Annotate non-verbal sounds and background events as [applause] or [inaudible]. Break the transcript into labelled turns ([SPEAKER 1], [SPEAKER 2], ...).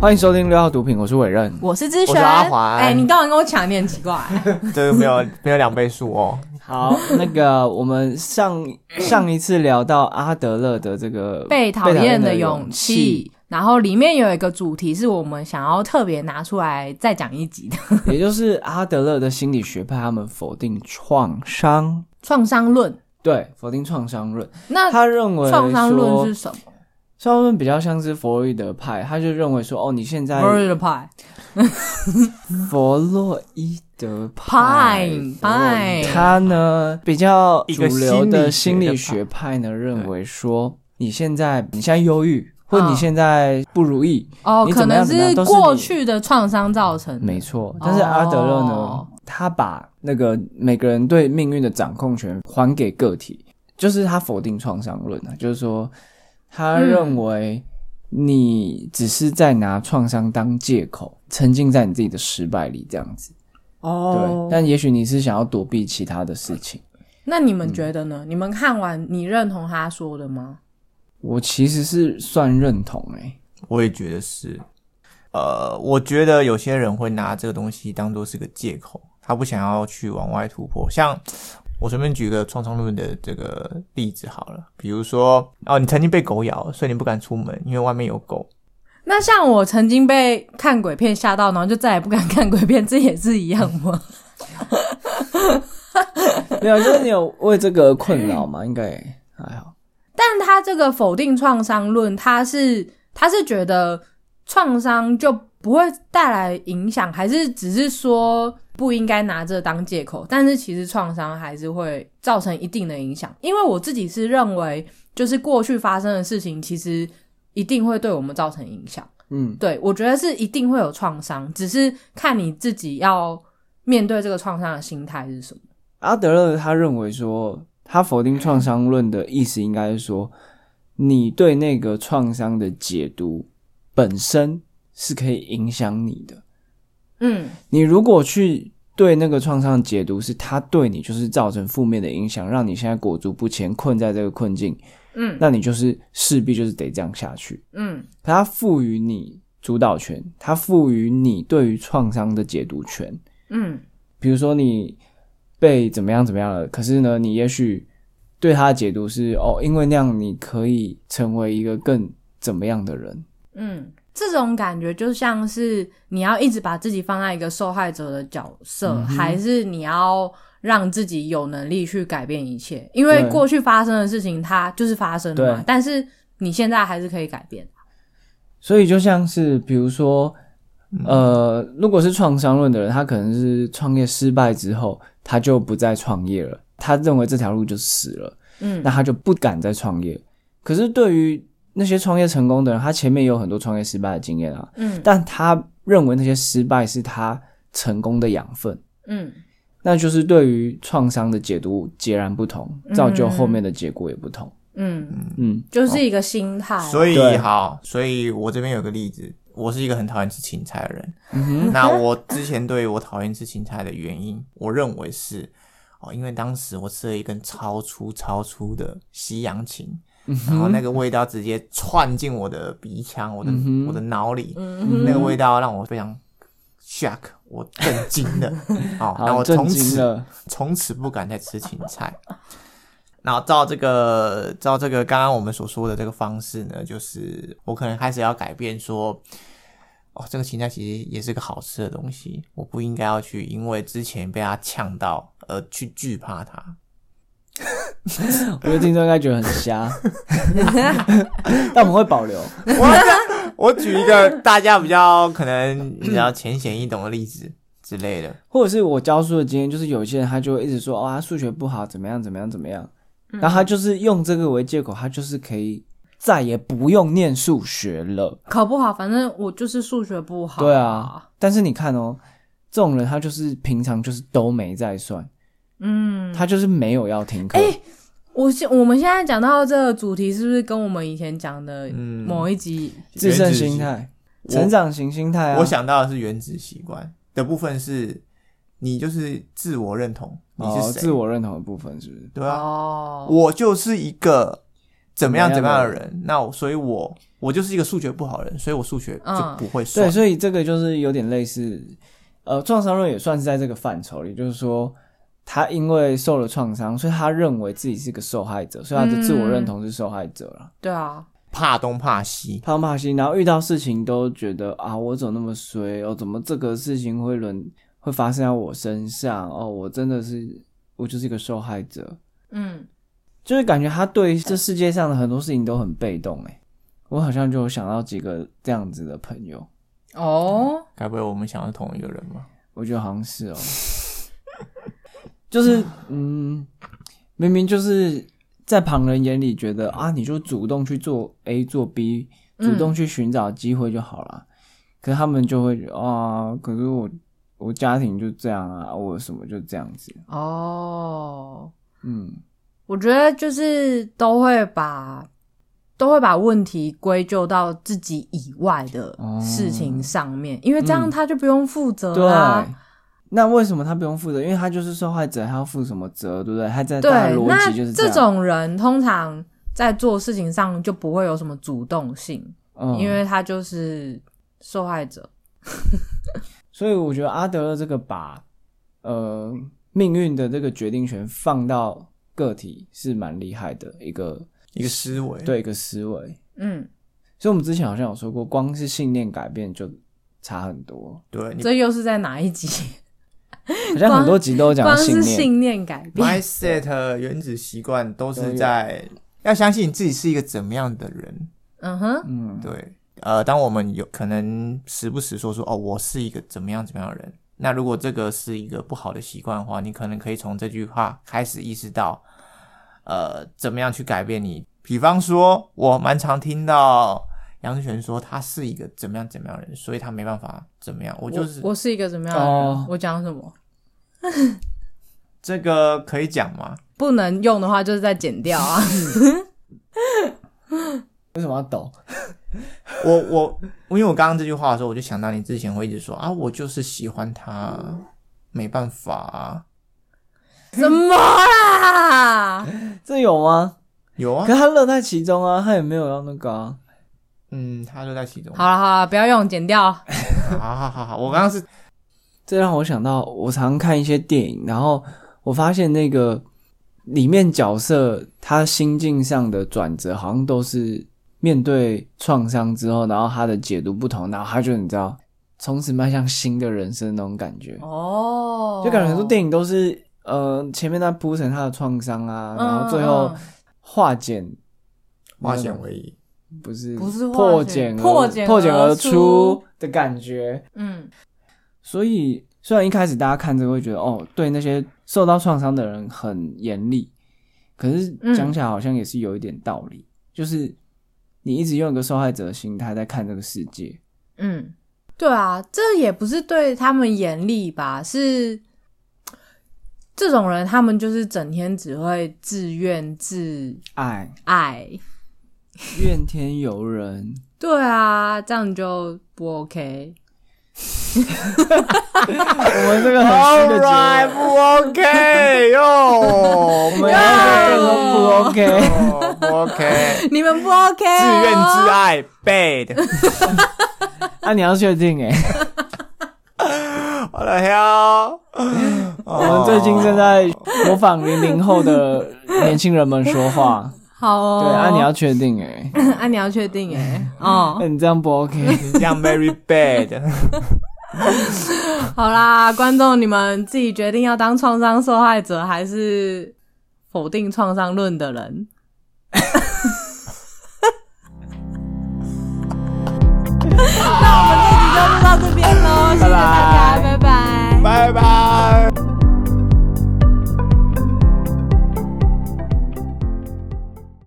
[SPEAKER 1] 欢迎收听六号毒品，我是伟任。
[SPEAKER 2] 我是资
[SPEAKER 3] 我
[SPEAKER 2] 璇，
[SPEAKER 3] 是阿环
[SPEAKER 2] 哎、你刚刚跟我抢，你很
[SPEAKER 1] [laughs]
[SPEAKER 2] 奇怪。
[SPEAKER 3] 这个没有没有两倍数哦。
[SPEAKER 1] 好，那个我们上上一次聊到阿德勒的这个
[SPEAKER 2] 被讨厌的勇
[SPEAKER 1] 勇气
[SPEAKER 2] 气，。然后里面有一个主题是我们想要特别拿出来再讲一集的 [laughs]
[SPEAKER 1] 也就是阿德勒的心理学派，他们否定创伤，
[SPEAKER 2] 创伤论。
[SPEAKER 1] 对，否定创伤论。
[SPEAKER 2] 那
[SPEAKER 1] 他认为
[SPEAKER 2] 创伤论
[SPEAKER 1] 说
[SPEAKER 2] 是什么
[SPEAKER 1] 创伤论比较像是弗洛伊德派，他就认为说，哦，你现在
[SPEAKER 2] v e r i t pie
[SPEAKER 1] 弗洛伊德派
[SPEAKER 2] pine
[SPEAKER 1] 他呢比较
[SPEAKER 3] 一
[SPEAKER 1] 主
[SPEAKER 3] 个
[SPEAKER 1] 流的心
[SPEAKER 3] 心理学
[SPEAKER 1] 理学派呢，认为说你现在你现在忧郁，或你现在不如意，
[SPEAKER 2] 哦，
[SPEAKER 1] 你
[SPEAKER 2] 可
[SPEAKER 1] 怎么样
[SPEAKER 2] 能
[SPEAKER 1] 怎么
[SPEAKER 2] 是
[SPEAKER 1] 样都是你
[SPEAKER 2] 过去的创伤造成的。
[SPEAKER 1] 没错。但是阿德勒呢，
[SPEAKER 2] 哦
[SPEAKER 1] 他把那个每个人对命运的掌控权还给个体，就是他否定创伤论啊，就是说他
[SPEAKER 2] 嗯
[SPEAKER 1] 认为你只是在拿创伤当借口，沉浸在你自己的失败里这样子。对，但也许你是想要躲避其他的事情。
[SPEAKER 2] 那你们觉得呢？
[SPEAKER 1] 嗯
[SPEAKER 2] 你们看完，你认同他说的吗？
[SPEAKER 1] 我其实是算认同欸诶、
[SPEAKER 3] [laughs] 我也觉得是。呃，我觉得有些人会拿这个东西当做是个借口，他不想要去往外突破。像我随便举个创伤论的这个例子好了，比如说，哦，你曾经被狗咬，所以你不敢出门，因为外面有狗。
[SPEAKER 2] 那像我曾经被看鬼片吓到，然后就再也不敢看鬼片，这也是一样吗？
[SPEAKER 1] 没有，就是你有为这个困扰吗？应该也还好。
[SPEAKER 2] 但他这个否定创伤论，他是他是觉得创伤就不会带来影响，还是只是说不应该拿这当借口？但是其实创伤还是会造成一定的影响，因为我自己是认为，就是过去发生的事情，其实一定会对我们造成影响。
[SPEAKER 1] 嗯，
[SPEAKER 2] 对，我觉得是一定会有创伤，只是看你自己要面对这个创伤的心态是什么。
[SPEAKER 1] 阿德勒他认为说，他否定创伤论的意思应该是说，你对那个创伤的解读本身是可以影响你的。
[SPEAKER 2] 嗯，
[SPEAKER 1] 你如果去对那个创伤的解读是他对你就是造成负面的影响，让你现在裹足不前，困在这个困境，
[SPEAKER 2] 嗯
[SPEAKER 1] 那你就是势必就是得这样下去。
[SPEAKER 2] 嗯
[SPEAKER 1] 它赋予你主导权，它赋予你对于创伤的解读权。
[SPEAKER 2] 嗯
[SPEAKER 1] 比如说你被怎么样怎么样了，可是呢，你也许对它的解读是哦，因为那样你可以成为一个更怎么样的人。
[SPEAKER 2] 嗯，这种感觉就像是你要一直把自己放在一个受害者的角色，还是你要让自己有能力去改变一切？因为
[SPEAKER 1] 对
[SPEAKER 2] 过去发生的事情，它就是发生了嘛
[SPEAKER 1] 对，
[SPEAKER 2] 但是你现在还是可以改变。啊
[SPEAKER 1] 所以就像是比如说，呃，如果是创伤论的人，他可能是创业失败之后，他就不再创业了，他认为这条路就死了。
[SPEAKER 2] 嗯
[SPEAKER 1] 那他就不敢再创业。可是对于那些创业成功的人，他前面也有很多创业失败的经验啊，
[SPEAKER 2] 嗯
[SPEAKER 1] 但他认为那些失败是他成功的养分，
[SPEAKER 2] 嗯
[SPEAKER 1] 那就是对于创伤的解读截然不同，造就后面的结果也不同。
[SPEAKER 2] 嗯，
[SPEAKER 1] 嗯，
[SPEAKER 2] 就是一个心态啊。
[SPEAKER 3] 所
[SPEAKER 1] 对
[SPEAKER 3] 以好，所以我这边有个例子，我是一个很讨厌吃芹菜的人。
[SPEAKER 1] 嗯
[SPEAKER 3] 那我之前对我讨厌吃芹菜的原因，我认为是哦，因为当时我吃了一根超粗超粗的西洋芹。
[SPEAKER 1] 嗯
[SPEAKER 3] 然后那个味道直接窜进我的鼻腔，我
[SPEAKER 1] 嗯
[SPEAKER 3] 的、我的脑里，那个味道让我非常 shock，我震惊
[SPEAKER 1] [laughs]
[SPEAKER 3] 了。哦，然后
[SPEAKER 1] 好，
[SPEAKER 3] 我
[SPEAKER 1] 震
[SPEAKER 3] 从此
[SPEAKER 1] 惊了。
[SPEAKER 3] 从此不敢再吃芹菜。然后照这个照这个刚刚我们所说的这个方式呢，就是我可能开始要改变说，哦，这个芹菜其实也是个好吃的东西，我不应该要去因为之前被它呛到而去惧怕它。
[SPEAKER 1] 我觉得听众应该觉得很瞎， [laughs] 但我们会保留。
[SPEAKER 3] 我我举一个大家比较可能比较浅显易懂的例子之类的，
[SPEAKER 1] 或者是我教书的经验，就是有些人他就会一直说，哦，他数学不好，怎么样，怎么样，怎么样，然后他就是用这个为借口，他就是可以再也不用念数学了。
[SPEAKER 2] 考不好，反正我就是数学不好。
[SPEAKER 1] 对啊，，但是你看哦，这种人他就是平常就是都没在算，嗯，他就是没有要听课。
[SPEAKER 2] 哎我现我们现在讲到这个主题，是不是跟我们以前讲的
[SPEAKER 3] 嗯
[SPEAKER 2] 某一集？
[SPEAKER 1] 自胜心态、成长型心态啊，
[SPEAKER 3] 我想到的是原子习惯的部分是，你就是自我认同你是
[SPEAKER 1] 哦，
[SPEAKER 3] 谁，
[SPEAKER 1] 自我认同的部分是不是？
[SPEAKER 3] 对啊，
[SPEAKER 2] 哦，
[SPEAKER 3] 我就是一个怎么样
[SPEAKER 1] 怎
[SPEAKER 3] 怎
[SPEAKER 1] 么
[SPEAKER 3] 么
[SPEAKER 1] 样
[SPEAKER 3] 样
[SPEAKER 1] 的
[SPEAKER 3] 的人，那我所以我我就是一个数学不好的人，所以我数学就
[SPEAKER 2] 嗯
[SPEAKER 3] 不会
[SPEAKER 1] 对，
[SPEAKER 3] 算。
[SPEAKER 1] 所以这个就是有点类似，呃，创伤论也算是在这个范畴里，就是说他因为受了创伤，所以他认为自己是个受害者，所以他的自我认同是受害者了，
[SPEAKER 2] 对啊，
[SPEAKER 3] 怕东怕西，
[SPEAKER 1] 怕怕心，然后遇到事情都觉得啊，我怎么那么衰哦，怎么这个事情会轮会发生在我身上哦，我真的是我就是一个受害者，
[SPEAKER 2] 嗯，
[SPEAKER 1] 就是感觉他对这世界上的很多事情都很被动哎、我好像就有想到几个这样子的朋友，
[SPEAKER 2] 哦，
[SPEAKER 3] 该不会我们想的同一个人吗？
[SPEAKER 1] 我觉得好像是哦，就是嗯，明明就是在旁人眼里觉得啊，你就主动去做 A 做 B，主动去寻找机会就好了。可是他们就会觉得啊，可是我我家庭就这样啊，我什么就这样子，
[SPEAKER 2] 哦，
[SPEAKER 1] 嗯，
[SPEAKER 2] 我觉得就是都会把都会把问题归咎到自己以外的事情上面，因为这样
[SPEAKER 1] 哦嗯
[SPEAKER 2] 他就不用负责
[SPEAKER 1] 对。
[SPEAKER 2] 啦、
[SPEAKER 1] 那为什么他不用负责？因为他就是受害者，他要负什么责，对不对？他在
[SPEAKER 2] 对
[SPEAKER 1] 他的，逻
[SPEAKER 2] 那
[SPEAKER 1] 辑就是
[SPEAKER 2] 这
[SPEAKER 1] 样，
[SPEAKER 2] 种人通常在做事情上就不会有什么主动性，
[SPEAKER 1] 嗯
[SPEAKER 2] 因为他就是受害者。
[SPEAKER 1] 所以我觉得阿德勒这个把呃命运的这个决定权放到个体是蛮厉害的一个
[SPEAKER 3] 一个思维，，
[SPEAKER 1] 对一个思维。
[SPEAKER 2] 嗯，
[SPEAKER 1] 所以我们之前好像有说过，光是信念改变就差很
[SPEAKER 2] [laughs]
[SPEAKER 1] 多，
[SPEAKER 3] 对你
[SPEAKER 2] 这又是在哪一集？
[SPEAKER 1] 好像很多集 [laughs] 都有讲到
[SPEAKER 2] 光
[SPEAKER 1] 信
[SPEAKER 2] 是
[SPEAKER 1] 念。
[SPEAKER 2] 信念改变，
[SPEAKER 3] mindset 原子习惯都
[SPEAKER 1] 都
[SPEAKER 3] 是
[SPEAKER 1] 有
[SPEAKER 3] 在要相信自己是一个怎么样的人。
[SPEAKER 2] 嗯哼，
[SPEAKER 1] 嗯，
[SPEAKER 3] 对，呃，当我们有可能时不时说出哦，我是一个怎么样怎么样的人，那如果这个是一个不好的习惯的话，你可能可以从这句话开始意识到，呃，怎么样去改变你。比方说，我蛮常听到杨璇说他是一个怎么样怎么样的人，所以他没办法怎么样。我
[SPEAKER 2] 我
[SPEAKER 3] 就是
[SPEAKER 2] 我是一个怎么样的人？
[SPEAKER 1] 哦
[SPEAKER 2] 我讲什么
[SPEAKER 3] 这个可以讲吗？
[SPEAKER 2] 不能用的话，就是再剪
[SPEAKER 1] [laughs]
[SPEAKER 2] 掉啊。
[SPEAKER 1] 为什么要抖？
[SPEAKER 3] 我我因为我刚刚这句话的时候，我就想到你之前会一直说啊，我就是喜欢他，没办法、啊。
[SPEAKER 2] 什么啦？
[SPEAKER 1] 这有吗？
[SPEAKER 3] 有啊
[SPEAKER 1] 可，他乐在其中啊，他也没有要那个啊。
[SPEAKER 3] 嗯，他乐在其中。
[SPEAKER 2] 好了好了，不要用，剪掉。
[SPEAKER 3] 好好好好，我刚刚是
[SPEAKER 1] 这让我想到，我常看一些电影，然后我发现那个里面角色他心境上的转折，好像都是面对创伤之后，然后他的解读不同，然后他就你知道，从此迈向新的人生那种感觉，
[SPEAKER 2] 哦，
[SPEAKER 1] 就感觉说电影都是呃前面在铺陈他的创伤啊，
[SPEAKER 2] 嗯，
[SPEAKER 1] 然后最后
[SPEAKER 2] 嗯
[SPEAKER 1] 化茧，
[SPEAKER 3] 化险为 [laughs] 夷。
[SPEAKER 1] 不是
[SPEAKER 2] 不是化
[SPEAKER 1] 破
[SPEAKER 2] 茧
[SPEAKER 1] 茧而
[SPEAKER 2] 破茧
[SPEAKER 1] 破茧
[SPEAKER 2] 而
[SPEAKER 1] 而
[SPEAKER 2] 出
[SPEAKER 1] 出的感觉，
[SPEAKER 2] 嗯
[SPEAKER 1] 所以虽然一开始大家看这个会觉得哦，对那些受到创伤的人很严厉，可是讲起来好像也是有一点道理，就是你一直用一个受害者的心态在看这个世界，
[SPEAKER 2] 嗯，对啊，这也不是对他们严厉吧？是这种人，他们就是整天只会自怨自
[SPEAKER 1] 爱
[SPEAKER 2] 艾。
[SPEAKER 1] 怨天尤人。
[SPEAKER 2] 对啊，这样就不 OK。
[SPEAKER 1] 我们这个很虚的
[SPEAKER 3] All
[SPEAKER 1] 结
[SPEAKER 3] right，
[SPEAKER 1] 尾，
[SPEAKER 3] 不 [laughs] OK 哟，
[SPEAKER 1] 我们要说不 OK。
[SPEAKER 3] 哦不 OK，
[SPEAKER 2] 你们不 OK，
[SPEAKER 3] 自
[SPEAKER 2] 哦
[SPEAKER 3] 怨自艾，bad。 [laughs]
[SPEAKER 1] 啊，你要确定哎、
[SPEAKER 3] 我的天啊，
[SPEAKER 1] 我
[SPEAKER 3] 我
[SPEAKER 1] 们最近正在模仿零零后的年轻人们说话，
[SPEAKER 2] 好哦。
[SPEAKER 1] 对啊，你要确定哎、
[SPEAKER 2] 啊，你要确定哎。哦
[SPEAKER 1] 那、，你这样不 OK。
[SPEAKER 3] 你这样 very [laughs] bad。
[SPEAKER 2] 好啦，观众你们自己决定要当创伤受害者还是否定创伤论的人。 [laughs]